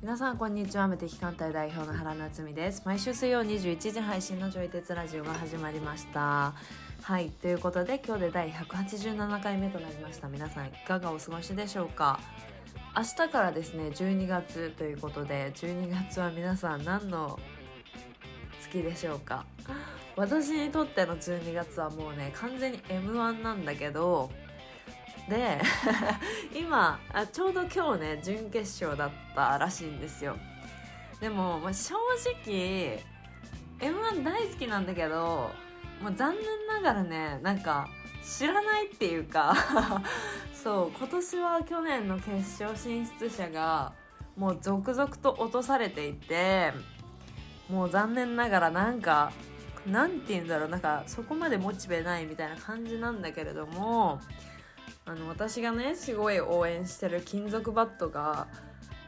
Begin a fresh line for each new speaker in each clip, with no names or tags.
皆さんこんにちは無敵艦隊代表の原夏実です毎週水曜21時配信の「ジョイ鉄ラジオ」が始まりましたはいということで今日で第187回目となりました皆さんいかがお過ごしでしょうか明日からですね12月ということで12月は皆さん何の月でしょうか私にとっての12月はもうね完全に m 1なんだけどで 今あちょうど今日ね準決勝だったらしいんですよでも、まあ、正直 m 1大好きなんだけどもう残念ながらねなんか知らないっていうか そう今年は去年の決勝進出者がもう続々と落とされていてもう残念ながらなんかなんて言うんだろうなんかそこまでモチベないみたいな感じなんだけれどもあの私がねすごい応援してる金属バットが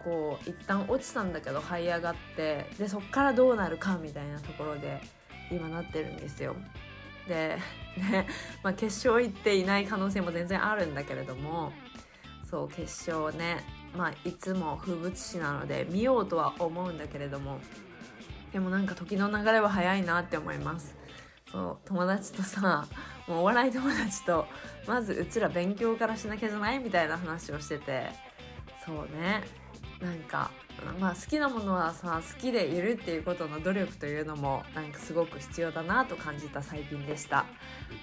こう一旦落ちたんだけど這い上がってでそっからどうなるかみたいなところで今なってるんですよ。で、ねまあ、決勝行っていない可能性も全然あるんだけれどもそう決勝ね、まあ、いつも風物詩なので見ようとは思うんだけれどもでもなんか時の流れは早いなって思いますそう友達とさもうお笑い友達とまずうちら勉強からしなきゃじゃないみたいな話をしててそうねなんかまあ好きなものはさ好きでいるっていうことの努力というのもなんかすごく必要だなと感じた最近でした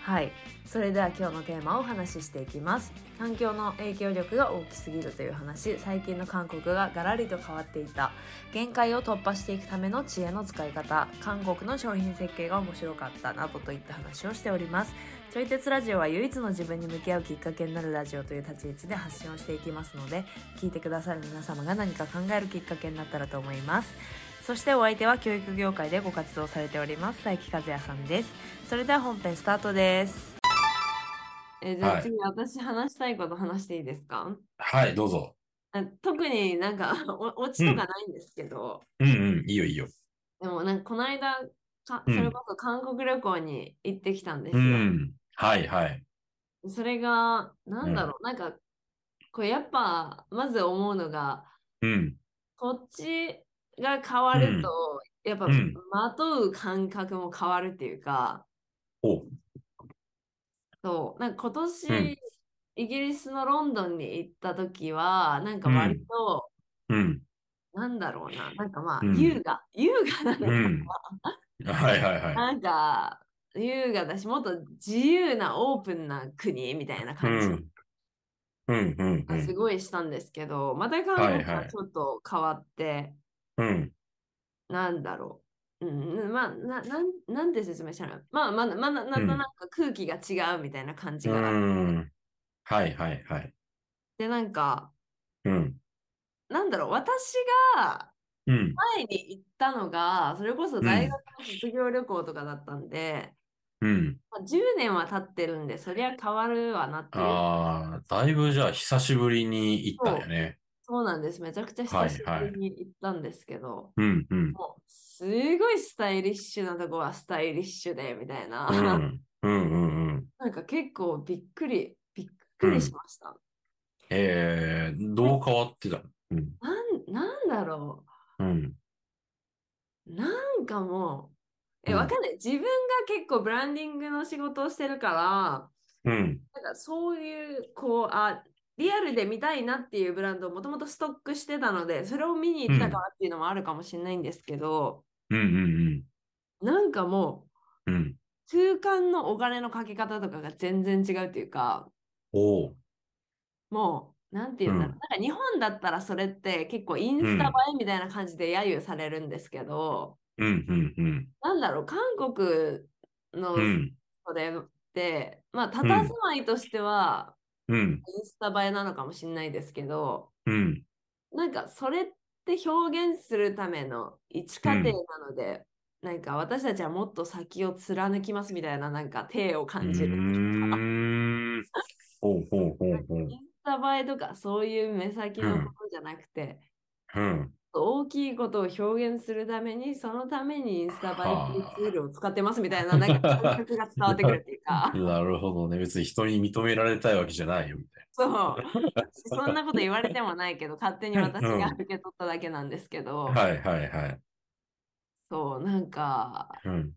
はいそれでは今日のテーマをお話ししていきます環境の影響力が大きすぎるという話最近の韓国がガラリと変わっていた限界を突破していくための知恵の使い方韓国の商品設計が面白かったなどといった話をしておりますちょい鉄ラジオは唯一の自分に向き合うきっかけになるラジオという立ち位置で発信をしていきますので聞いてくださる皆様が何か考えるきっかけになったらと思いますそしてお相手は教育業界でご活動されております佐伯和也さんですそれでは本編スタートですえじゃ
は
あ
い
次、私話したいこと話していいですか
はい、どうぞ。
あ特になんかおオチとかないんですけど、
うんうん、いいよいいよ。
でもなんかこの間か、
うん
それこそ韓国旅行に行ってきたんです
う
よ。
ん。はいはい。
それが、なんだろう、なんか、こうやっぱ、まず思うのが、
うん。
土地が変わると、やっぱ、
うん
まとう感覚も変わるっていうか、
お
そう、なんか今年、
うん
イギリスのロンドンに行った時は、なんか
うん
割と、
うん。
なんだろうな、なんかまあ、
うん
優雅、優雅なのか
う
な、
ん。はいはいはい。
なんか優雅だしもっと自由なオープンな国みたいな
う
感じ
ん。うんうんう
がす
ん。
ごいしたんですけど、また韓
はい
国
は
が
い
ちょっと変わって、
うん。
なんだろう、うん、まあななんなんて説明したらまあまだまだまだ
うん
なんか空気が違うみたいな感じ
う
が、
ん。はいはいはい。
でなんか
うん。
なんだろう私が
うん。
前に行ったのがそれこそ大学の卒業旅行とかだったんで、
うん。
まあ、10年は経ってるんでそりゃ変わるわなっていう
ああ、だいぶじゃあ久しぶりに行ったんやね。
そうなんです。めちゃくちゃ
は
久
い
し
は
ぶ
い
りに行ったんですけど、
うんうん。
もうすごいスタイリッシュなとこはスタイリッシュでみたいな、
うん。うんうんうん。
なんか結構びっくり、びっくりしました。
ええ、どう変わってたのうん。
なん、なんだろ
うん。
う。なんかもう、え、
うん
わかんない。自分が結構ブランディングの仕事をしてるから、
うん。
なんかそういう、こう、あ、リアルで見たいなっていうブランドをもともとストックしてたので、それを見に行ったからっていうのもあるかもしれないんですけど、
うんうん
なんかもう、
うん。うん。
空間のお金のかけ方とかが全然違うというか、
おう。
もう、なんて言うんだろう。
う
なんか日本だったらそれって結構インスタ映えみたいな感じで揶揄されるんですけど、
うんうんうん。
なんだろう、韓国の
うん。
それって、まあ、佇まいとしては
うん。
インスタ映えなのかもしれないですけど、
うん。
なんかそれって表現するための一過程なので、なんか私たちはもっと先を貫きますみたいななんか体を感じる。
うーん。ほうほうほうほう
インスタ映えとかそういう目先のことじゃなくて、
うん。
大きいことを表現するために、そのためにインスタ
はあ、
映えっていうツールを使ってますみたいな、なんか感覚が伝わってくるっていうか
なるほどね。別に人に認められたいわけじゃないよ、みたい
そう、そんなこと言われてもないけど、勝手に私が受け取っただけなんですけど、
な。はいはいはい。
そう、なんか、
うん。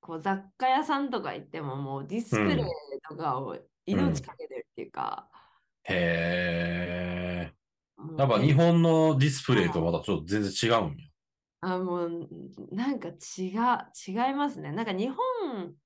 こう雑貨屋さんとか行ってももうディスプレイとかを命かけてるっていうか、
へえ。
もう
やっぱ
ね
日本のディスプレイとまたちょっと全然違うんや。
あもうなんか違う違いますねなんか日本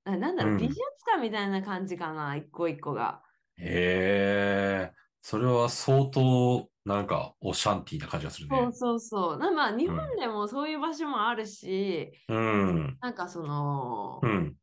あなんだろう、
うん
美術館みたいな感じかな一個一個が
へえ。それは相当、なんか、オシャンティーな感じがする
そ
ね
う。そうそうなまあ日本
う
でもそういう場所もあるし、
うん。
なんかその、
うん。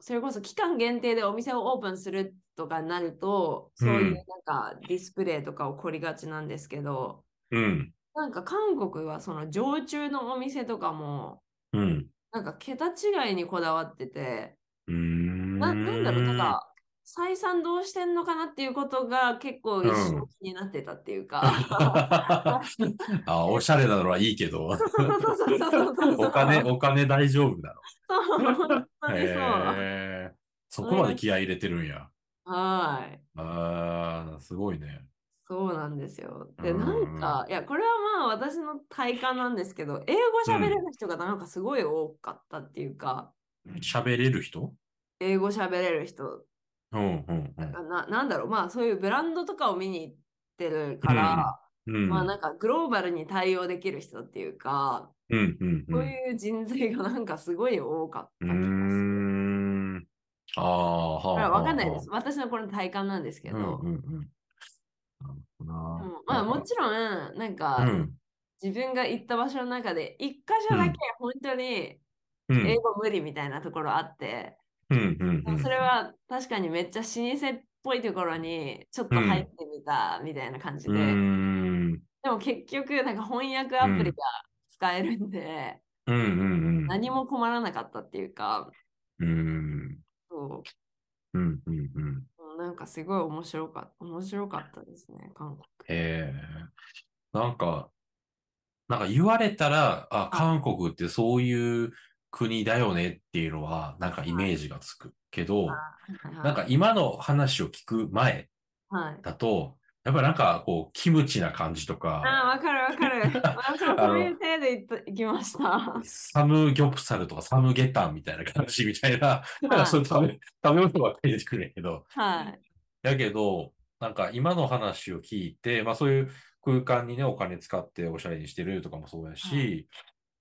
それこそ期間限定でお店をオープンするとかになるとそういううんなんかディスプレイとかを凝りがちなんですけど、
うん。
なんか韓国はその常駐のお店とかも
うん。
なんか桁違いにこだわってて
うーん。
ななんだろうなんか採算どうしてんのかなっていうことが結構一生
うん
気になってたっていうか、
あおしゃれなのはいいけど、
そうそうそうそうそうそう
お金、お金大丈夫な
そう本当
の。
にそう
へえ。そこまで気合い入れてるんや。
はい
ああ、すごいね。
そうなんですよで
うん
なんかいやこれはまあ私の体感なんですけど英語喋れる人がなんかすごい多かったっていうか、
喋れる人
英語喋れる人
うんうんうん
あななんだろうまあそういうブランドとかを見に行ってるから、
うん。
まあなんかグローバルに対応できる人っていうか、
うんうんうん。
そういう人材がなんかすごい多かった
う
気が
ー
します。
ん。ああ、は
だか
あは
ら
あ。
わかんないです。私のこの体感なんですけ
うんうん
ど、
うん。なるほどな
うんまあもちろんなんか、
うん。
自分が行った場所の中で一箇所だけ本当に
うん
英語無理みたいなところあって、
うんうんうん。
それは確かにめっちゃ老舗っぽいところにちょっと入ってみたみたいな感じ
う
で。
ーん。
でも結局、なんか翻訳アプリが使えるんで、
うんうんうん。
何も困らなかったっていうか、
うん。
そ
うんうんうん。
うなんかすごい面白かった、面白かったですね、韓国。
ええなんか、なんか言われたら、あ、韓国ってそういう国だよねっていうのは、なんかイメージがつくけど、なんか今の話を聞く前
はい、はい。
だと、やっぱなんかこう、キムチな感じと
あ
か、
あ、わかるわかる。私もそういう体で行った行きました。は
サムギョプサルとかサムゲタンみたいな感じみたいな、なんかそういう食べ、食べ物ばっかり出てくるんやけど、
い。はい。
だけど、なんか今の話を聞いて、まあそういう空間にね、お金使っておしゃれにしてるとかもそうや
は
し、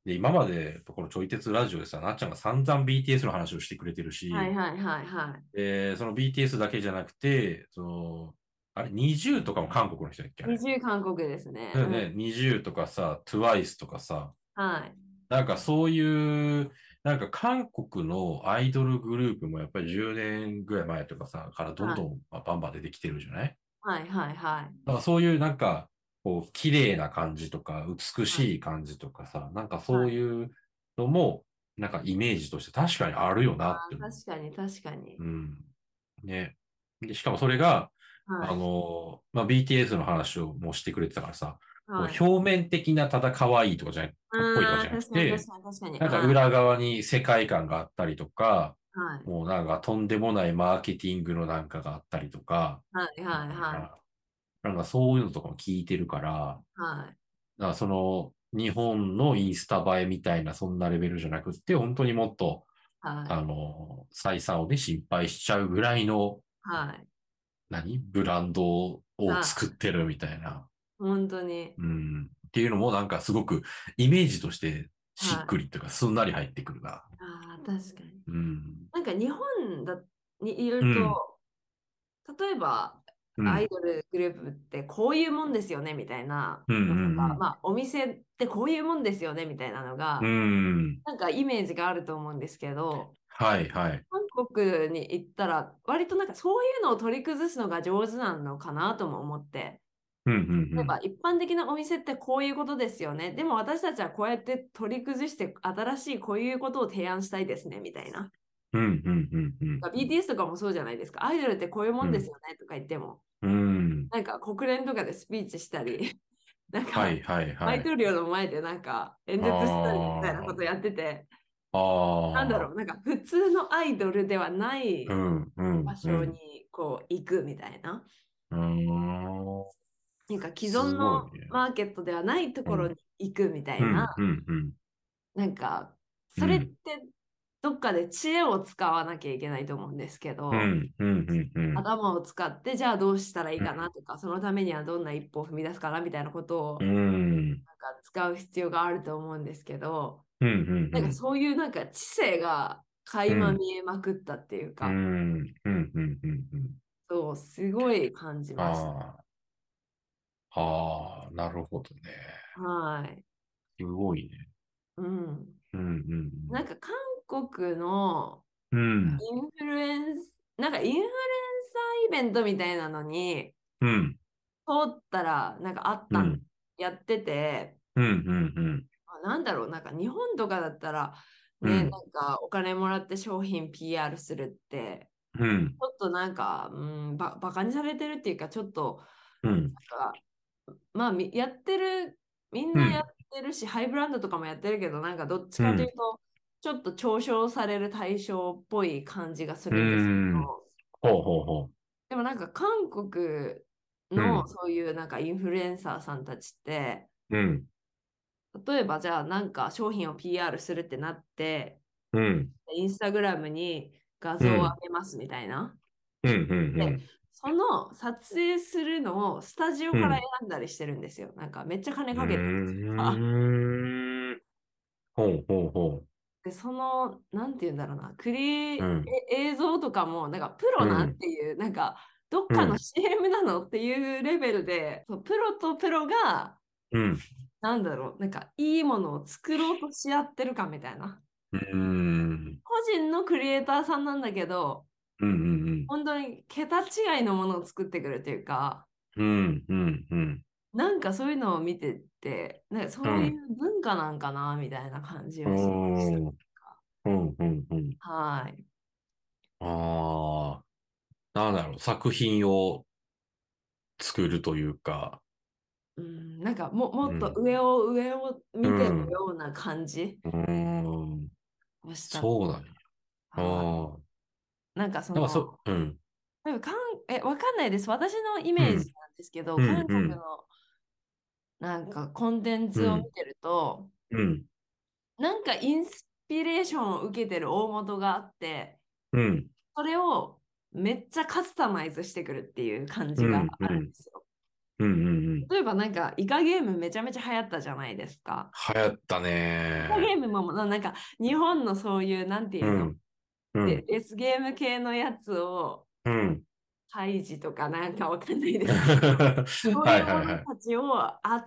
で、今まで、このちょい鉄ラジオでさ、なっちゃんが散々 BTS の話をしてくれてるし、
はいはいはいはい。
で、その BTS だけじゃなくて、その、あれ、20とかも韓国の人だっけあれ
二重韓国ですね。
だよね、20とかさ、TWICE とかさ、
うんはい。
なんかそういう、なんか韓国のアイドルグループもやっぱり10年ぐらい前とかさ、からどんどんまあバンバン出てきてるじゃない
はいはいはい。
だからそういうなんか、こう、綺麗な感じとか、美しい感じとかさ、なんかそういうのも、なんかイメージとして確かにあるよな
あ
って
ー
思う。
確かに確かに
う。ん。ね。で、しかもそれが、
はい
あの、まあ、BTS の話をもうしてくれてたからさ、
はい。
こう表面的なただ可愛いとかじゃなくて、かっこいいとかじゃなく
う
て
ん、確かに確かに
なん
確
か
かに。
裏側に世界観があったりとか、
はい
もうなんかとんでもないマーケティングのなんかがあったりとか、
はいはいは
なんかそういうのとかも聞いてるから、
いはい。
だからその日本のインスタ映えみたいなそんなレベルじゃなくって、本当にもっと、
は
あの、採算をね、心配しちゃうぐらいの、
い。はい。
何ブランドを作ってるみたいな。
本当に。
うん。っていうのもなんかすごくイメージとしてしっくりというか、すんなり入ってくるな。
ああ、確かに。
うん。
なんか日本だにいると、例えば、
うん
アイドルグループってこういうもんですよねみたいな
うんうんうん
のとかまあお店ってこういうもんですよねみたいなのが、
うん。
なんかイメージがあると思うんですけど、
はいはい。
韓国に行ったら割となんかそういうのを取り崩すのが上手なのかなとも思って。
うんうん
例
う
え
ん。
ば一般的なお店ってこういうことですよね。でも私たちはこうやって取り崩して新しいこういうことを提案したいですねみたいな。
うんうんうんうん。
BTS とかもそうじゃないですか。アイドルってこういうもんですよねとか言っても、
うん。
なんか国連とかでスピーチしたり、なんか、
はいはいは
大
い。
統領の前でなんか演説したりみたいなことやってて、
ああ。
なんだろう、なんか普通のアイドルではない
うんうん。
場所にこう行くみたいな。
うん。う
なんか既存の
すごいね
マーケットではないところに行くみたい
ーん。
な、
うんうん
なんかそれっ
うん
てどっかで知恵を使わなきゃいけないと思うんですけど、
うん。うんうんうんうん。
頭を使ってじゃあどうしたらいいかなとか、そのためにはどんな一歩を踏み出すかなみたいなことを
う
なんか
ん。
使う必要があると思うんですけど、
うんうんう
なん
ん
か。そういうなんか知性が垣間見えまくったっていう
う
か、
んうんうんうんうん。
そうすごい感じまし
ああ。ああ、なるほどね。
た。はい。
すごいね。
うん。
うんうん
なんか韓国の
うん。
インフルエンス、なんかインフルエンサーイベントみたいなのに
うん。うん。
通ったらなんかあっ
う
た、
ん。
やってて、
うんうんうん。
あなんだろう、なんか日本とかだったら、ね、
うん
なんかお金もらって商品 PR するって、
うん。
ちょっとなんか、うん、ばバカにされてるっていうか、ちょっと、
うん。
なんかまあ、みやってる、みんなやってるし、ハイブランドとかもやってるけど、なんかどっちかというと、ちょっと嘲笑される対象っぽい感じがするんですけ
うん
ど、
ほうほうほ
でもなんか韓国の
うん
そういうなんかインフルエンサーさんたちって、
う。うん。
例えばじゃあなんか商品を PR するってなって、
うん。
インスタグラムに画像を
うん
上げますみたいな、
うんうんうん。
その撮影するのをスタジオか
うん
ら選んだりしてるんですよ。なんかめっちゃ金かけて
う
るっていうか
ーんほうほうほ
で、その、なんて言うんだろうな、クリ、
うん
え映像とかも、なんかプロな
うん
んていう、なんかどっか
う
の
ん
CM なのっていうレベルで、そうプロとプロが、
う。うん。
なんだろう、なんかいいものを作ろうとし合ってるかみたいな。
うーん。
個人のクリエイターさんなんだけど、
うんうん
本当に桁違いのものを作ってくるというか、
うん。うんうんうん。
なんかそういうのを見てて、なんかそういう文化なんかな、みたいな感じ
お
がしました。
ーうんうんうん。
はい。
ああ。なんだろう。作品を作るというか。
うん、なんかももっと
うん
上を上を見てる
うん
ような感じ
うーん。
をした。
そうだね。あ
はい
あ。
なんかそ
なん
の、
かそ、うん。
なんか韓え、わかんないです。私のイメージなんですけど、
うん
韓
う
国
ん
のなんかコンテンツを見てると、
うん。
なんかインスピレーションを受けてる大元があって、
うん。
それをめっちゃカスタマイズしてくるっていう感じがあるんですよ。
うんうんうん。
例えばなんかイカゲームめちゃめちゃ流行ったじゃないですか。
流行った
イカゲ
ね
ームもななんか日本のそういうなんていう
う
の、
ん。うん。
で S ゲーム系のやつを
うん。
ハイジとかなんかわかんないですけど。そういうも
はいはいはい。
のたちを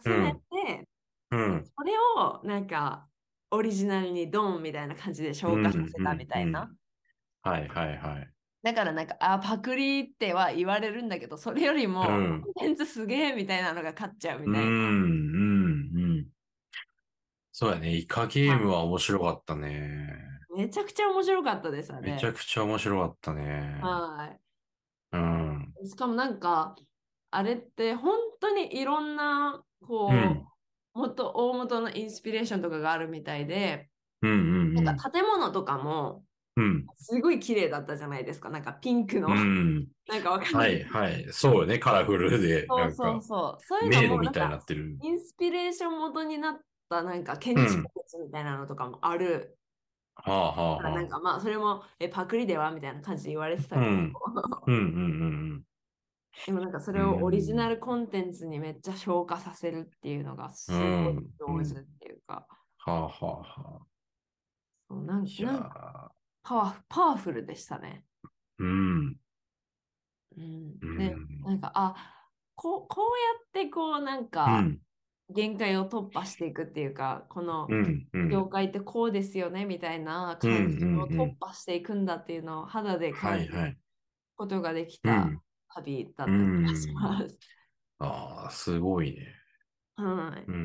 集めて、
うん。
それをなんかオリジナルにドンみたいな感じで消化させたみたいな。
うんうんはいはいはい。
だからなんか、あ、パクリっては言われるんだけど、それよりも、
うん
コンテンツすげえみたいなのが勝っちゃうみ
うん、う
たいな。
ん、うん。そうやね。イカゲームは面白かったね。
めちゃくちゃ面白かったです、あれ。
めちゃくちゃ面白かったね。
はい。
うん。
しかもなんかあれって本当にいろんなこう、
うん
元大元のインスピレーションとかがあるみたいで、
うんうんうん。
なんか建物とかも
うん。
すごい綺麗だったじゃないですかなんかピンクの、
うん。
なんかわかんな、
はいいはい。そうよね。カラフルで、
そ
な
うんそう
か、
そうそうい
迷
うの
路
もな
み
ん
たいにな
か
ってる。
インスピレーション元になったなんか建築物みたいなのとかもある、
はあは
か
あ
らな
は
ん
あ。
かまあそれもえパクリではみたいな感じで言われてたけど、
うんうんうんうん
でもなんかそれをオリジナルコンテンツにめっちゃ昇華させるっていうのがすごい上手っていうか、
うん。はあはあはあ。
そうなん
い
なん
や
かパワフパワフルでしたね。
ーうん。
うん、
うん
で、なんか、あこうこうやってこうなん
う
か
ん。
限界を突破していくっていうか、この
うん。うん。
業界ってこうですよねみたいな感じを突破していくんだっていうのを肌で
は
感
い
じ
は
る
い。
ことができ
う
た
ん。
旅だった気がします。
ああ、すごいね。
はい
うんうん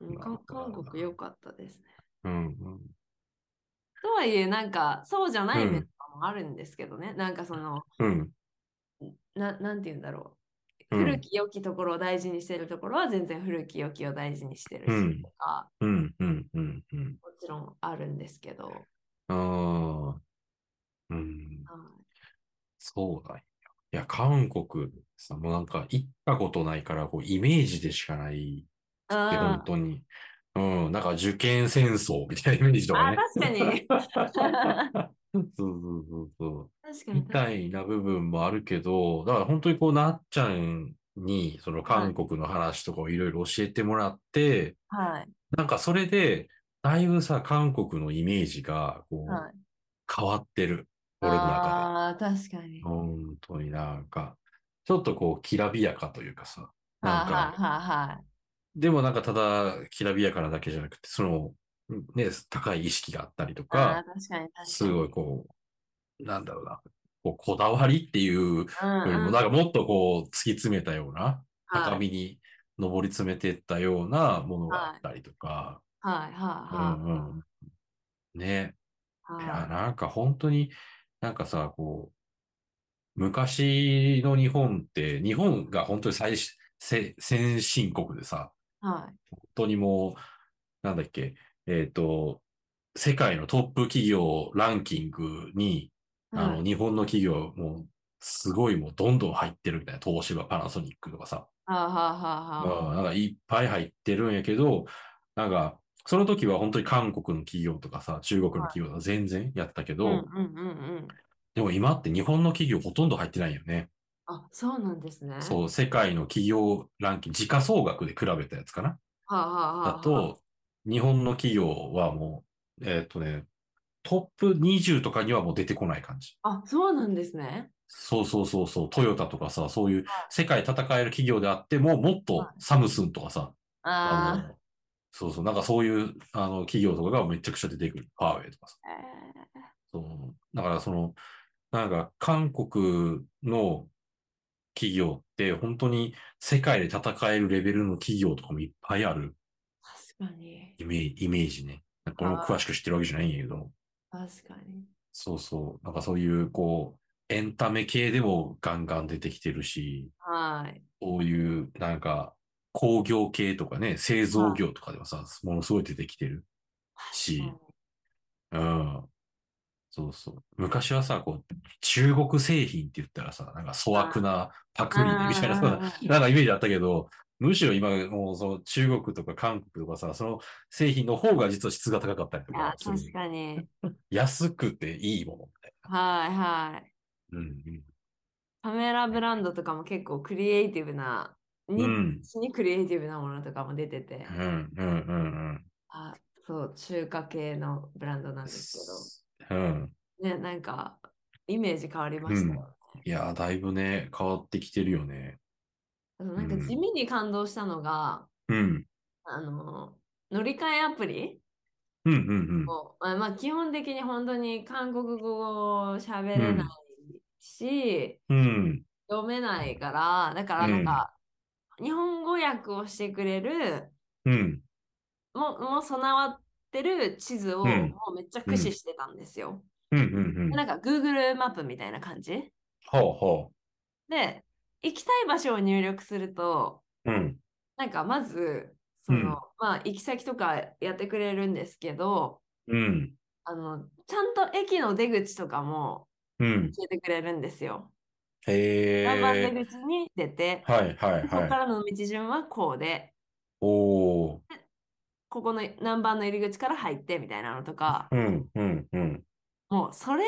うん。
うんかん韓国良かったですね。
うんうん。
とはいえ、なんかそうじゃない
うん
面とかもあるんですけどね、なんかその、
うん。
ななんて言うんだろう。
うん
古き良きところを大事にしてるところは全然古き良きを大事にしてる
うん
しとか、
うん、うん、うん、うん。
もちろんあるんですけど、はい
ああ、うん、そうだね。いや、韓国さ、もうなんか行ったことないから、こう、イメージでしかないって、本
あ
当に。うん、なんか受験戦争みたいなイメージとか
あ
ね。
確かに
そうそうそうそう。
確かに
みたいな部分もあるけど、だから本当にこう、なっちゃんに、その韓国の話とかをいろいろ教えてもらって、
はい
なんかそれで、だいぶさ、韓国のイメージが、こう、
はい
変わってる。俺の中
ああ確かに
で。本当になんか、ちょっとこう、きらびやかというかさ、なん
はい
か、
はいはいはい
でもなんかただ、きらびやかなだけじゃなくて、その、ね、高い意識があったりと
あー確
か、
かに確かに
すごいこう、なんだろうな、こう、こだわりっていう
うん
より
う
も、
ん
なんかもっとこう、突き詰めたような、高みに上り詰めていったようなものがあったりとか、
はいはいは
う
い
んうんね、
はいい
や、なんか本当に、なんかさ、こう、昔の日本って、日本が本当に最し、せ先進国でさ、
はい
本当にもう、なんだっけ、えっと、世界のトップ企業ランキングに、あ
う
の、
ん
日本の企業、もう、すごいもうどんどん入ってるみたいな、東芝、パナソニックとかさ、
あーはーはーはー
うんなんかいっぱい入ってるんやけど、なんか、その時は本当に韓国の企業とかさ、中国の企業とか全然やったけど、
うんうんうんうん
でも今って日本の企業ほとんど入ってないよね。
あそうなんですね
そう、世界の企業ランキング、時価総額で比べたやつかな。
はあはあはあ
だと、日本の企業はもう、えーっとね、トップ20とかにはもう出てこない感じ。
あそうなんですね
そうそうそうそう、トヨタとかさ、そういう世界戦える企業であっても、もっと
は
サムスンとかさ、あ
あ
の、そうそう、なんかそういう、あの、企業とかがめちゃくちゃ出てくる。ファーウェイとかさ。
あえ
そう。だからその、なんか韓国の企業って本当に世界で戦えるレベルの企業とかもいっぱいある
ー確かに
イメージイメージね。なんか俺も詳しく知ってるわけじゃないんやけど、
確かに
そうそう。なんかそういう、こう、エンタメ系でもガンガン出てきてるし、
はい
こういう、なんか、工業系とかね、製造業とかではさ、ものすごい出てきてるし、うん。そうそう。昔はさ、こう、中国製品って言ったらさ、なんか粗悪なパクリでみたいな
あ
さ、
ー
なんかイメージあったけど、むしろ今、もうその中国とか韓国とかさ、その製品の方が実は質が高かったりと
あ
かする。
確かに。
安くていいものみたい
はいはい。
な。うん
カメラブランドとかも結構クリエイティブな、に、
うん
にクリエイティブなものとかも出てて、
うん。うんうんうん
あそう、中華系のブランドなんです
うん。うん。
けど、ね、なんかイメージ変わりましたよね。
いやー、だいぶね、変わってきてるよね。
あとなんか
うん
地味に感動したのが、
うん。
あの、乗り換えアプリ
うんうん
もうあまあ、基本的に本当に韓国語を喋れないし、
うん。うん。
読めないから、だからなんか、日本語訳をしてくれる、
うん。
もうもう備わってる地図を、
うん
もうめっちゃ駆使してたんですよ。
うんうんうん
で。なんか Google マップみたいな感じ
ほうほ
で、行きたい場所を入力すると、
う。うん。
なんかまず、その、
うん
まあ、行き先とかやってくれるんですけど、
うん。
あの、ちゃんと駅の出口とかも
うん。
教えてくれるんですよ。
へえ。
看板出口に出て、
はいはい
でそこか
はい。
らの道順はこうで、
おー。
ここの何番の入り口から入ってみたいなのとか、
うんうんうん。
もうそれ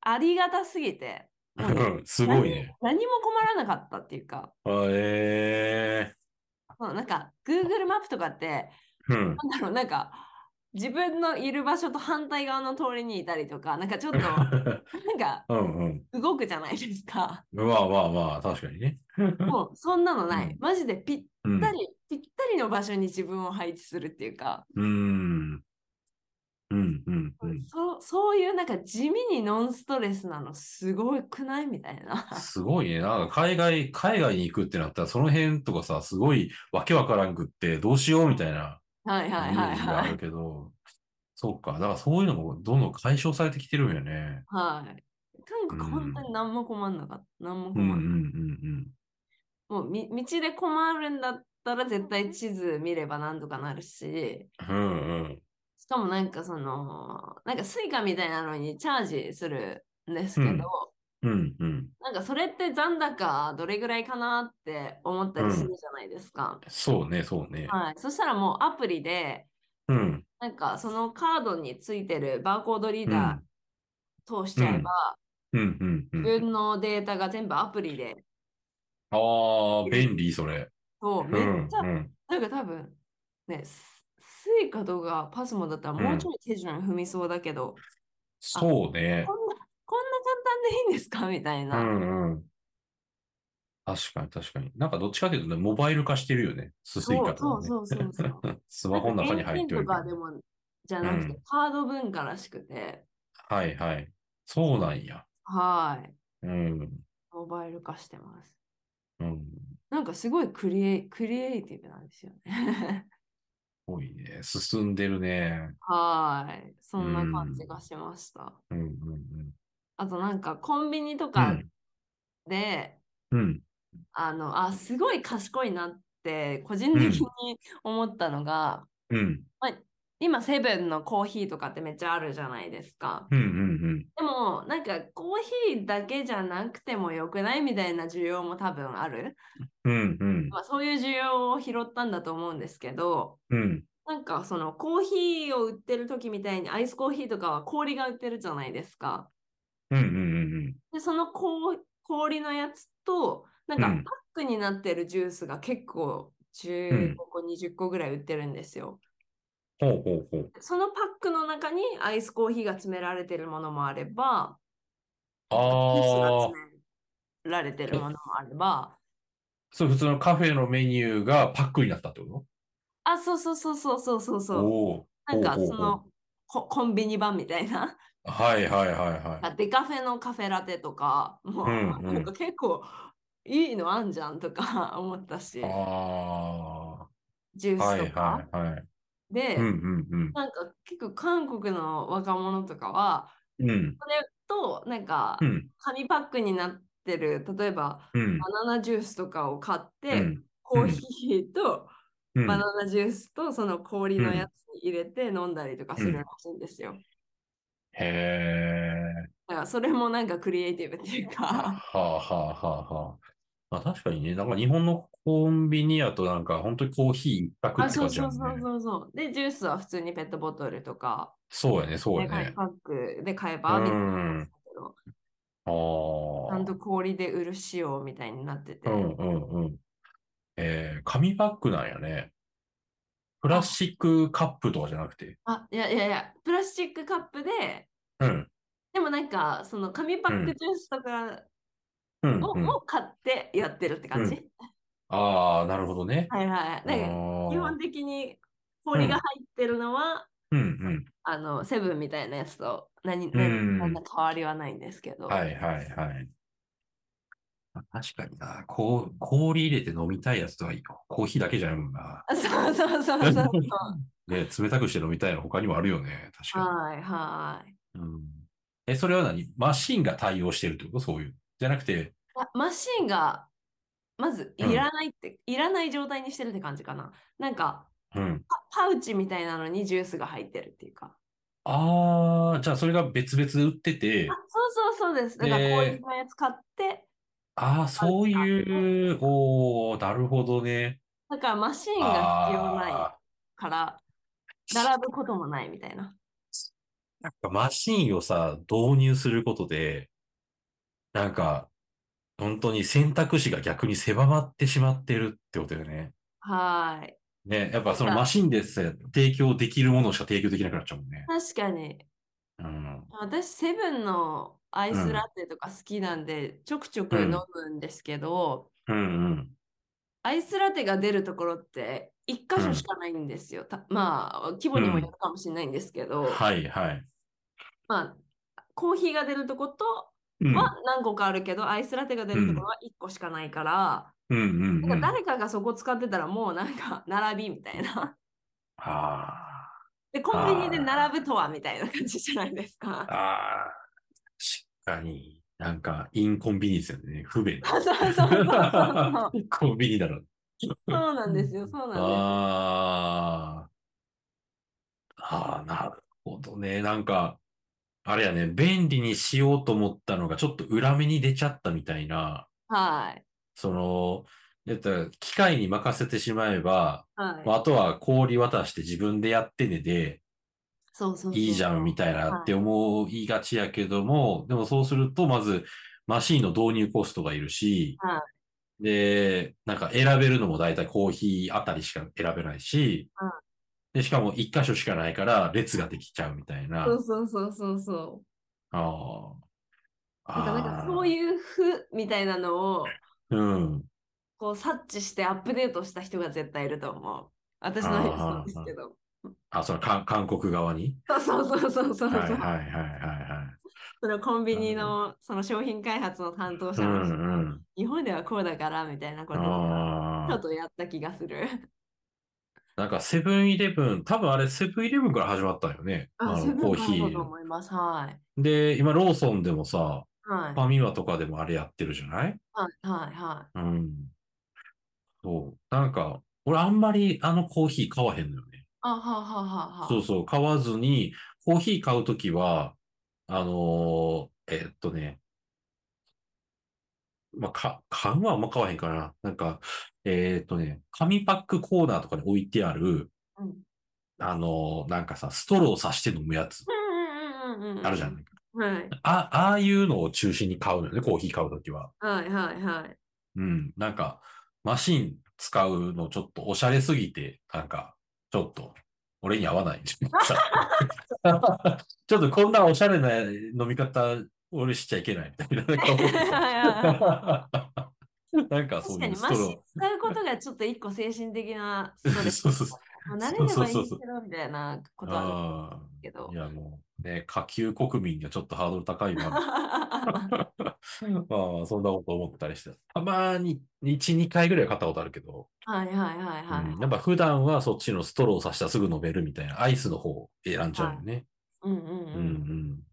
ありがたすぎて、も う
うんすごいね。
何も困らなかったっていうか、
あえ
もうなんか Google マップとかって、
ー。うん。
なんだろう、なんか自分のいる場所と反対側の通りにいたりとか、なんかちょっ と、なんか
うんうん。
動くじゃないです か。
まあまあまあ、確かにね。
もうそんなのな
う
い。マジでぴっ
うん
た。り、ぴったりの場所に自分を配置するっていうか、
うん。うんうんうん。
そうそういうなんか地味にノンストレスなのすごくないみたいな。
すごいね。なんか海外、海外に行くってなったら、その辺とかさ、すごいわけわからんくって、どうしようみたいな
はい
イメ
はいは
ー
い
ジが
は
ある
い。
けど、そうか。だからそういうのもどんどん解消されてきてるんよね。
はい。とにかく
うん
本当に何も困んなかった。何も
うんうん
困んない。もうみ道で困るんだったら絶対地図見れば何とかなるし、
うんうん。
しかもなんかその、なんかスイカみたいなのにチャージするんですけど、
うんうんうん。
なんかそれって残高どれぐらいかなって思ったりするじゃないですか。
そうね、そうね。
はい。そしたらもうアプリで、
うん。
なんかそのカードについてるバーコードリーダー通しちゃえば、
うんうんうん。
自分のデータが全部アプリで、
ああ、便利、それ。
そう、
う
めっ
ん
ちゃ、
うん。
なんか多分、ね、ススイカとかパスモだったらもうちょい手順踏みそうだけど、
そうね
こ。んな、こんな簡単でいいんですかみたいうな。
んうん。確かに確かに。なんかどっちかというとね、モバイル化してるよね。ススイカとかね。
そうそうそう そうそう。
スマホの中に入ってお
る。と
いて。
かでもじゃなくて、
う
カード文化らしくて、
はいはい。そうなんや。
はい。
うん。
モバイル化してます。
うん。
なんかすごいクリエイクリエイティブなんですよね。
多いね。進んでるね。
はい。そんな感じがしました。
うんうん
あとなんかコンビニと
うん。う
か
ん。
で、
うん。
あの、あ、すごい賢いなって個人的に思ったのが、
うん。
今セブンのコーヒーとかってめっちゃあるじゃないですか。
うんうん
でも、なんかコーヒーだけじゃなくてもよくないみたいな需要も多分ある。
うん。うんうん。
まあ、そういう需要を拾ったんだと思うんですけど、
うん。
なんかそのコーヒーを売ってる時みたいにアイスコーヒーとかは氷が売ってるじゃないですか。
うんうんうん
で、そのこう氷のやつと、なんかパ
う
ッ
ん
クになってるジュースが結構15個、20個ぐらい売ってるんですよ。
うん。ほうほうほう。
そのパックの中にアイスコーヒーが詰められてるものもあれば、ジュースが
ああ、
詰められてるものもあれば、
そう、普通のカフェのメニューがパックになったってこ
あ、そうそうそうそうそうそう
と
そう。
おお
なんかそ
おうおう
のココンビニ版みたいな。
ー。はいはいはいは
デカフェのカフェラテとか、もう、
うんうん
なんか結構いいのあんじゃんとか思ったし
い。、あ
ジュ
あ、は
ース
い
とか。
はいはい。
で、
うんうん
なんか結構韓国の若者とかは、
うん。うん
それとなんか
うん
紙パックになってる、例えば
うん
バナナジュースとかを買って、
うん
コーヒーと
うん。
バナナジュースとその氷のやつに入れて飲んだりとかするらしいんですよ。
へえ。
だからそれもなんかクリエイティブっていう
は
か、
あはあはあはあ。あ、確かにね、なんか日本のコンビニやとなんか本当にコーヒー一択
あ、
って
そ
感
う
じや
そう
も
そう
んね。
そうそう。で、ジュースは普通にペットボトルとか、
そうやね、そう
で
や
かい
ね。
パックで買えばみたいな感じだけど、
あ
ち
あ
ゃん。と氷で売る仕様みたいになってて。
うんうんうん。えー、紙パックなんやね。プラスチックカップとかじゃなくて。
あ、いやいやいや、プラスチックカップで、
うん。
でもなんか、その紙パックジュースとか
うん、
を,、
うん。
を買ってやってるって感じ。
うああ、なるほどね。
はいはい。なんか基
あ
本的に氷が入ってるのは、
ーうん
あの、セブンみたいなやつと何、
う
何、
ん
そんな変わりはないんですけ
う
ど。
ん。はいはいはい。あ確かにな。こう、氷入れて飲みたいやつとはいいよ。コーヒーだけじゃないもんな。
そうそうそう そうそう。
ね、冷たくして飲みたいの他にもあるよね。確か
はいはい。
に。うん、え、それは何マシンが対応してるってことそういう。じゃなくて、
あマシンがまず
うん
いらないって、いらない状態にしてるって感じかな。なんか
うん。
パパウチみたいなのにジュースが入ってるっていうか。
ああ、じゃあそれが別々で売ってて
あ、そうそうそうです。だからこ
ね
ういうのやつ買って、
ああ、そういう、おお、なるほどね。
だからマシンが必要ない
ああ、
から、並ぶこともないみたいな。
なんかマシンをさ、導入することで、なんか、本当に選択肢が逆に狭まってしまってるってことよね。
はい。
ね、やっぱそのマシンでさえ提供できるものしか提供できなくなっちゃうもんね。
確かに。
うん。
私、セブンのアイスラテとか好きなんで、ちょくちょく飲むんですけど、
うんうん。
アイスラテが出るところって1箇所しかないんですよ。たまあ、規模にもよるかもしれないんですけど、
はいはい。
まあ、コーヒーが出るとこと
うん。
は何個かあるけど、アイスラテが出るところは1個しかないから、
うんうんう
なん
ん。
か
あ
誰かがそこ使ってたらもうなんか並びみたいな。
あ
で、コンビニで並ぶとはみたいな感じじゃないですか。
ー。ああ。確かに。なんか、インコンビニですよね。不便。
そうそうそうそうそう。
コンビニだろ。
そうなんです よ、そうなんで
ああ。ああ、なるほどね。なんか、あれやね、便利にしようと思ったのがちょっと裏目に出ちゃったみたいな、
す。はい。
その、やったら機械に任せてしまえば、
はい。
まああとは氷渡して自分でやってねで、
そうそうそう。
いいじゃんみたいなって
は
思いがちやけども、でもそうすると、まず、マシンの導入コストがいるし、
は
で、なんか選べるのも大体コーヒーあたりしか選べないし、
うん
で、しかも一箇所しかないから列ができちゃうみたいな。
そうそうそうそうそう。
ああ。
なんかなんかそう
う。
いう負みたいなのを
うん。
こう察知してアップデートした人が絶対いると思う。私の
あー
そうですけど。
あ、その韓韓国側に。
そうそうそうそうそう。
はいはい
そ
はいうはい
そのコンビニのその商品開発の担当
はい。う
者の人、
んうん。
日本ではこうだからみたいなことを
あ
ちょ
あ
っ。とやった気がする。
なんかセブンイレブン、多分あれセブンイレブンから始まったよね。
あ、
の
そういう
コ
こ
ー
と
ヒ
だ
ー
と思います。はい。
で、今ローソンでもさ、
はい
フ。ァミマとかでもあれやってるじゃない
はい。はい。は
うん。そう。なんか、俺あんまりあのコーヒー買わへんのよね。
い。あ、はあはあはあはあ。
そうそう、買わずに、コーヒー買うときは、あのーえっとね、まあ、か、買うのはあんま買わへんかな。なんか、えっとね、紙パックコーナーとかに置いてある、
うん。
あのーなんかさ、ストローさして飲むやつ、
うんうんうんうんうん。
あるじゃない。
はい。
あ、ああいうのを中心に買うのよね、コーヒー買うときは。
はいはい はい。
うん、なんか、マシン使うのちょっとおしゃれすぎて、なんか、ちょっと、俺に合わない。ち ょっとこんなおしゃれな飲み方、俺しちゃいけないみたいな。なんか思っ て さなんか
確
そう
か
いう
に
ス
マ
ト
シン
ロ
使うことがちょっと一個精神的なスト
ー。
レス。
そうそうそう。
まあ慣れればいい
そうそう
け
そう
どみたいなことはある
あ
けど
あ、い。やもう、ね、下級国民にはちょっとハードル高いな。 まあまあ、そんなこと思ったりして。たまに、1、2回ぐらいは買ったことあるけど。
はいはいはいはい。
うん、やっぱ普段はそっちのストローを刺したらすぐ飲めるみたいな、アイスの方を選んじゃうよね。
うんうん
うん
うん。
うん。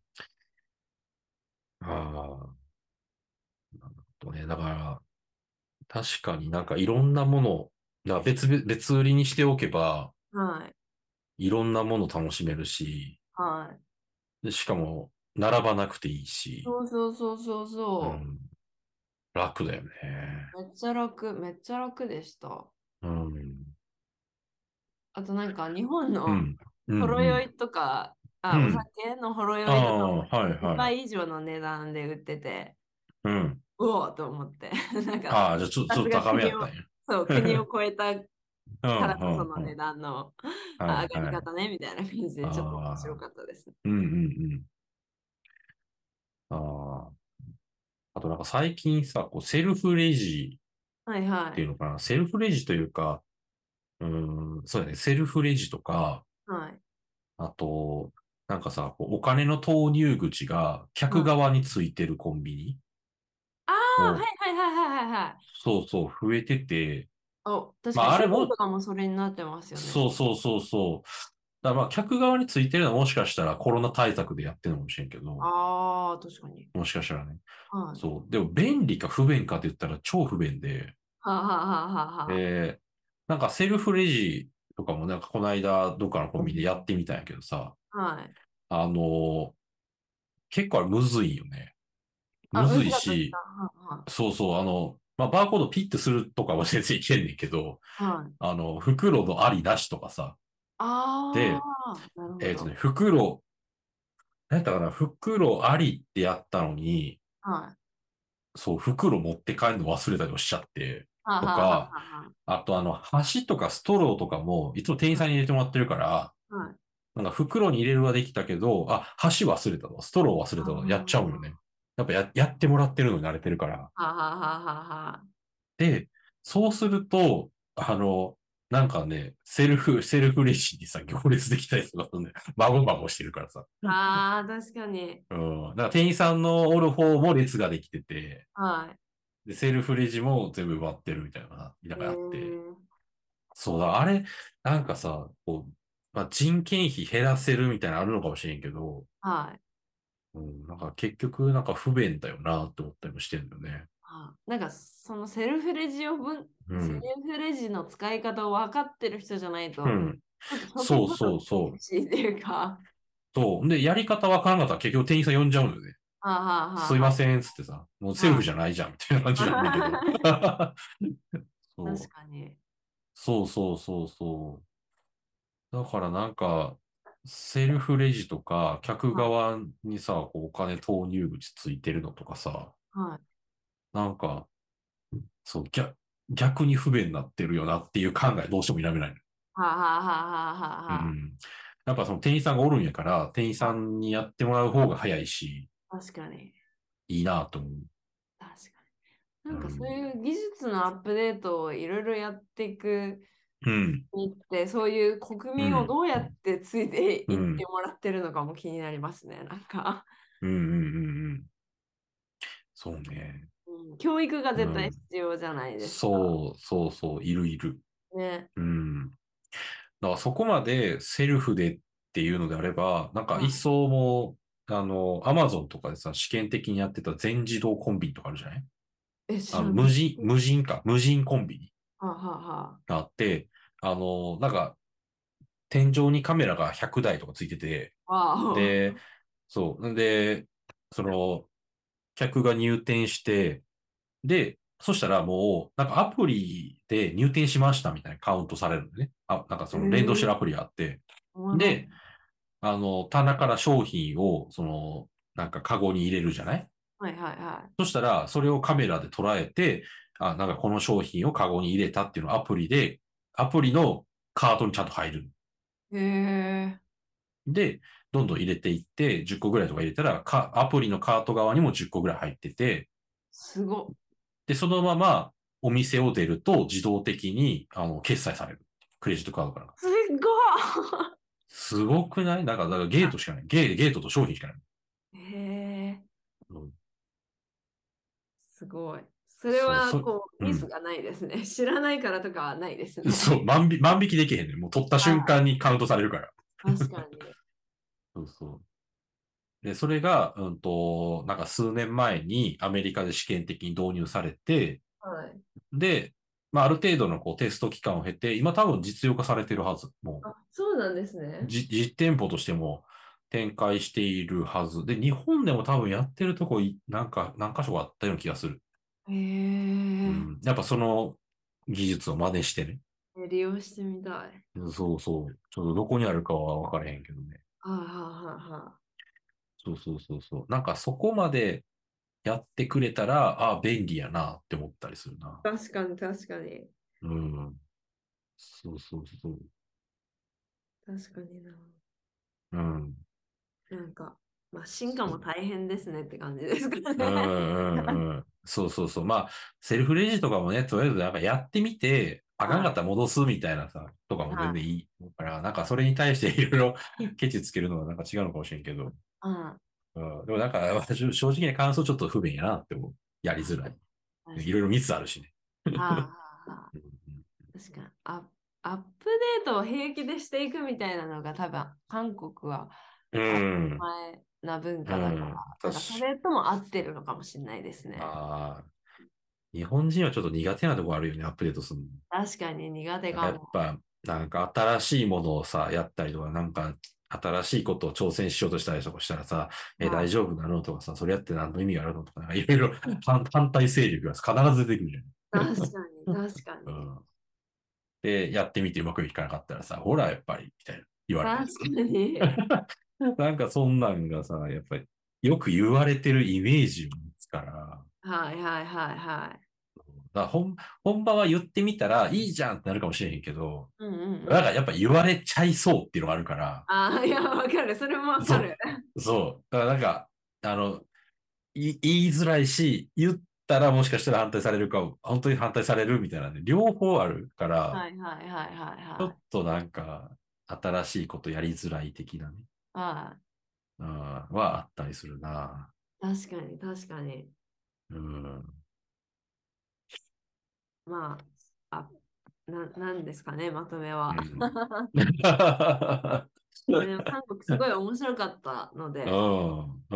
ああ。なるほどね。だから、確かになんかいろんなもの、だから別々、別売りにしておけば、
はい
いろんなもの楽しめるし、
はい。
でしかも、並ばなくていいし、
そうそうそうそう
う
そ
ん、楽だよね。
う。めっちゃ楽、めっちゃ楽でした。
うん。
あとなんか日本の
うん。うん
ほろ酔
うん
いとか、あ、
うん
お酒のほろ酔いと
あ
か
あ、
も
はい
1
はい。
倍以上の値段で売ってて、
うん。
うおーと思って。 なんか、
ああ、じゃあちょちょっと高めやったんや。
そう、国を超えたか
うん
らこその
うんうん
値段の
は
あ
い
上がり
はい
方ねみたいな感じで、ちょっと面白かったですね。
うんうんうん。ああ。あとなんか最近さ、こうセルフレジ
はいは
ってい
い。
うのかな、セルフレジというか、うーん、そうだね、セルフレジとか、
はい。
あと、なんかさ、こうお金の投入口が客側についてるコンビニ、
ああ、
うん
はいはいはいはいはいはい。
そうそう、増えてて、
お、確
まあ
か
あ
に
れ
セブン
も
とかもそれになってますよね。
そうそうそうそう。だからまあ客側についてるのはもしかしたらコロナ対策でやってるのかもしれんけど、
ああ、確かに。
もしかしたらね。
はい。
そう。でも便利か不便かって言ったら超不便で、
はあ、はあはあはあはあ、
で、なんかセルフレジとかもなんかこの間どっかのコンビニでやってみたんやけどさ、
はい。
あのー結構あれむずいよね。
あ
むず
むず
い
かった
し
です、か
そうそう、あの、まあ、バーコードピッてするとかは全然いけんねんけど、
はいはい。はい。
あの、袋のありなしとかさ、
ああ、
で
なるほ
えっ、と
ど。
ね、袋、なんやったかな、袋ありってやったのに、
はい。
そう、袋持って帰るの忘れたりもしちゃって、
はあ
とか
はあは
あとあの、箸とかストローとかも、いつも店員さんに入れてもらってるから、
あはあはい。
なんか袋に入れるはできたけど、あ、箸忘れたわ、ストロー忘れたわ、やっちゃうよね。やっぱややってもらってるのに慣れてるから。
はあはあはあはあはあ。
で、そうすると、あの、なんかね、セルフ、セルフレジにさ、行列できたりとかするんで、バゴバゴしてるからさ。
ああ、確かに。
うん。だから店員さんのおる方も列ができてて、
はい。
で、セルフレジも全部埋まってるみたいな、 なんかやって。
へー
そうだ、あれ、なんかさ、こう、まあ、人件費減らせるみたいなのあるのかもしれんけど、
はい。
うん、なんか結局なんか不便だよなって思ったりもしてんだよね。
あなんかそのセルフレジを分、
う
セ
ん
ル。フレジの使い方を分かってる人じゃないと、
うん。そうそうそう
厳しいっていう か、
そう。で、やり方わからなかったら結局店員さん呼んじゃうのよね。
ああ
すいま
ん。
せん、つってさ。もうセルフじゃないじゃん、みたいな感じなんだ けど。そう
確かに。
そうそうそうそう。だからなんか、セルフレジとか、客側にさ、こうお金投入口ついてるのとかさ、
はい。
なんか、そう、逆、逆に不便になってるよなっていう考えどうしても否めないの。
はあ、はあはあはあはあ
う
は
ん。やっぱその店員さんがおるんやから、店員さんにやってもらう方が早いし、
あ、確かに。
いいなと思う。
確かに。なんかそういう技術のアップデートをいろいろやっていく
うん。
にって、そういう国民
う
を
ん
どうやってついていって
うん
もらってるのかも気になりますね。なんか、
うんうんうんうん。そうね。
うん教育が絶
う
対
ん
必要じゃないですか。
そう、そうそう、いるいる。
ね。
うん。だからそこまでセルフでっていうのであれば、なんか
うん
一層もう、あの、アマゾンとかでさ、試験的にやってた全自動コンビニとかあるじゃない
え、知
あ
ら
の
ない
無人、無人か、無人コンビニ
はあ、はあは
があって、あの、なんか、天井にカメラが100台とかついてて、
あ、わあ、
で、そう。んで、その、客が入店して、で、そしたらもう、なんかアプリで入店しましたみたいなカウントされるんでね。あ、なんかその連動してるアプリがあって、
おもろい
で、あの、棚から商品を、その、なんかカゴに入れるじゃない
はいはいは
そしたら、それをカメラで捉えて、あ、なんかこの商品をカゴに入れたっていうのをアプリで、アプリのカートにちゃんと入る。
い。へえ。
で、どんどん入れていって、10個ぐらいとか入れたら、か、アプリのカート側にも10個ぐらい入ってて、
すごっ。
で、そのままお店を出ると自動的に、あの、決済される。クレジットカードから。
すごっ。
すごくないだから、だからゲートしかない。ゲー、ゲートと商品しかない。
へえ、
うん
すごい。それは
そうそ
こう
うん
ミスがないですね。知らないからとかはないですね。
そう、万引、万引きできへんねん。もう取った瞬間にカウントされるから。
確かに。
そうそう。で、それが、うんと、なんか数年前にアメリカで試験的に導入されて、
はい。
で、まあ、ある程度のこうテスト期間を経て、今多分実用化されてるはず。も
あ、そうなんですね
う、。じ実店舗としても展開しているはず。で、日本でも多分やってるとこい、なんか、何箇所かあったような気がする。
へえ、
うん。やっぱその技術を真似してね。
利用してみたい。はい
そうそう。ちょっとどこにあるかは分からへんけどね。
はいはいは
そうそうそうそう。なんかそこまでやってくれたら、ああ、便利やなって思ったりするな。
い。確かに確かに。
うん。そうそうそう。
確かにな。
うん。
なんか、まあ、進化も大変ですねって感じですか
うんう
ね。
んうん。そうそうそう。まあ、セルフレジとかもね、とりあえずなんかやってみて、あかんかったら戻すみたいなさ、とかも全然いいから、なんかそれに対して いろいろケチつけるのはなんか違うのかもしれんけど。
うん。
うん。でもなんか、私正直な感想ちょっと不便やなって思う。やりづらい。いろいろミスあるしね。
はいはいはい。
うん
確かにアアップデートを平気でしていくみたいなのが多分韓国は
うん。うん。
前な文化だから、
うん
なんか
確
それとも合ってるのかもしれないですね。
ああ。日本人はちょっと苦手なとこあるよね、アップデートするの。
確かに苦手
や
か
っ
も。
ぱ、なんか新しいものをさ、やったりとか、なんか新しいことを挑戦しようとしたりとかしたらさ、え、
はい
大丈夫なのとかさ、それやって何の意味があるのとか、なんかいろいろ反 反対勢力が必ず出てくるじ
確かに確か
ゃ
に。
ん。うん。で、やってみてうまくいかなかったらさ、ほら、やっぱり、みたいな言われる
確かに。
なんかそんなんがさ、やっぱり、よく言われてるイメージを持つから、
はいはいはいはい。
だから本本場は言ってみたらいいじゃんってなるかもしれへんけど、
うんうんう
なん
ん。
かやっぱ言われちゃいそうっていうのがあるから、
ああ、いや、わかる。それもわかる。
そう。だからなんか、あの、い言いづらいし、言ったらもしかしたら反対されるか、本当に反対されるみたいなね、両方あるから、
はいはいはいはい
ちょ
はい
っ。となんか、新しいことやりづらい的なね、
あ
うん、はあったりするな。
あ、確かに確かに。
うん。
まあ、あななんですかね、まとめは。
う ん
でも韓国すごい面白かったので、
うん、
あ
うん、う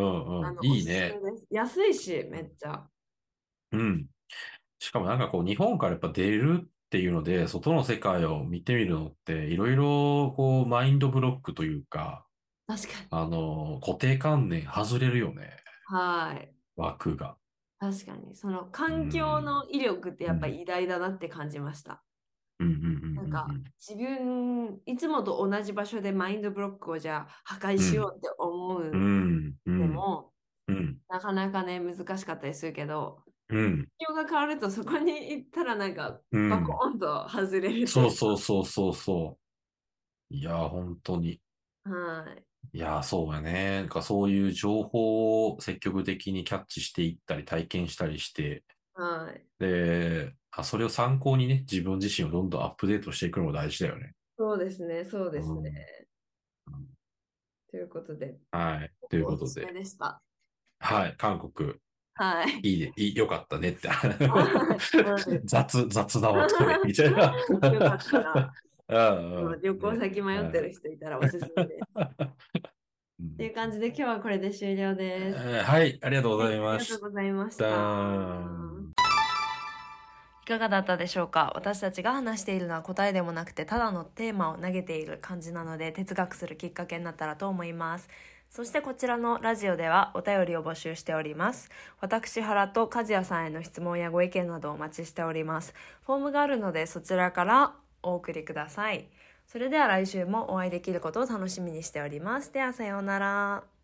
ん
の。
いいね。。
おすすめです安いし、めっちゃ。
うん。しかもなんかこう、日本からやっぱ出るっていうので、外の世界を見てみるのって、いろいろこう、マインドブロックというか、
確かに。
あの、固定観念外れるよね、
はい。
枠が。
確かに。その環境の威力ってやっぱ偉大だなって感じました。
うん、うん、うん、うん。
なんか自分、いつもと同じ場所でマインドブロックをじゃあ破壊しようって思う
う、
うん
う
で
ん、
も、
うん、
なかなかね、難しかったりするけど、
うん、
環境が変わるとそこに行ったらなんか
うん。
バコーンと外れる、
そうそうそうそうそう。いや、本当に。
う。はい。
いや、そうやね。なんかそういう情報を積極的にキャッチしていったり、体験したりして、
はい。
で、あ、それを参考にね、自分自身をどんどんアップデートしていくのも大事だよね。
そうですね、そうですね。
うん
ということで、
はい。ということ
おすすめ
で、
でした。
はい。韓国、
はい。
いいね、いい、よかったね って。
はい
雑、雑なまとめ みたいな。
よかったら、
うんうん
旅行先迷ってる人いたらおすすめです。
うん
という感じで今日はこれで終了
え
です。
ーはい、ありがとうござい
あ
ま
りが
し
とうございました。
た。
いかがだったでしょうか私たちが話しているのは答えでもなくてただのテーマを投げている感じなので哲学するきっかけになったらと思いますそしてこちらのラジオではお便りを募集しております私原と和也さんへの質問やご意見などをお待ちしておりますフォームがあるのでそちらからお送りくださいそれでは来週もお会いできることを楽しみにしておりますではさようなら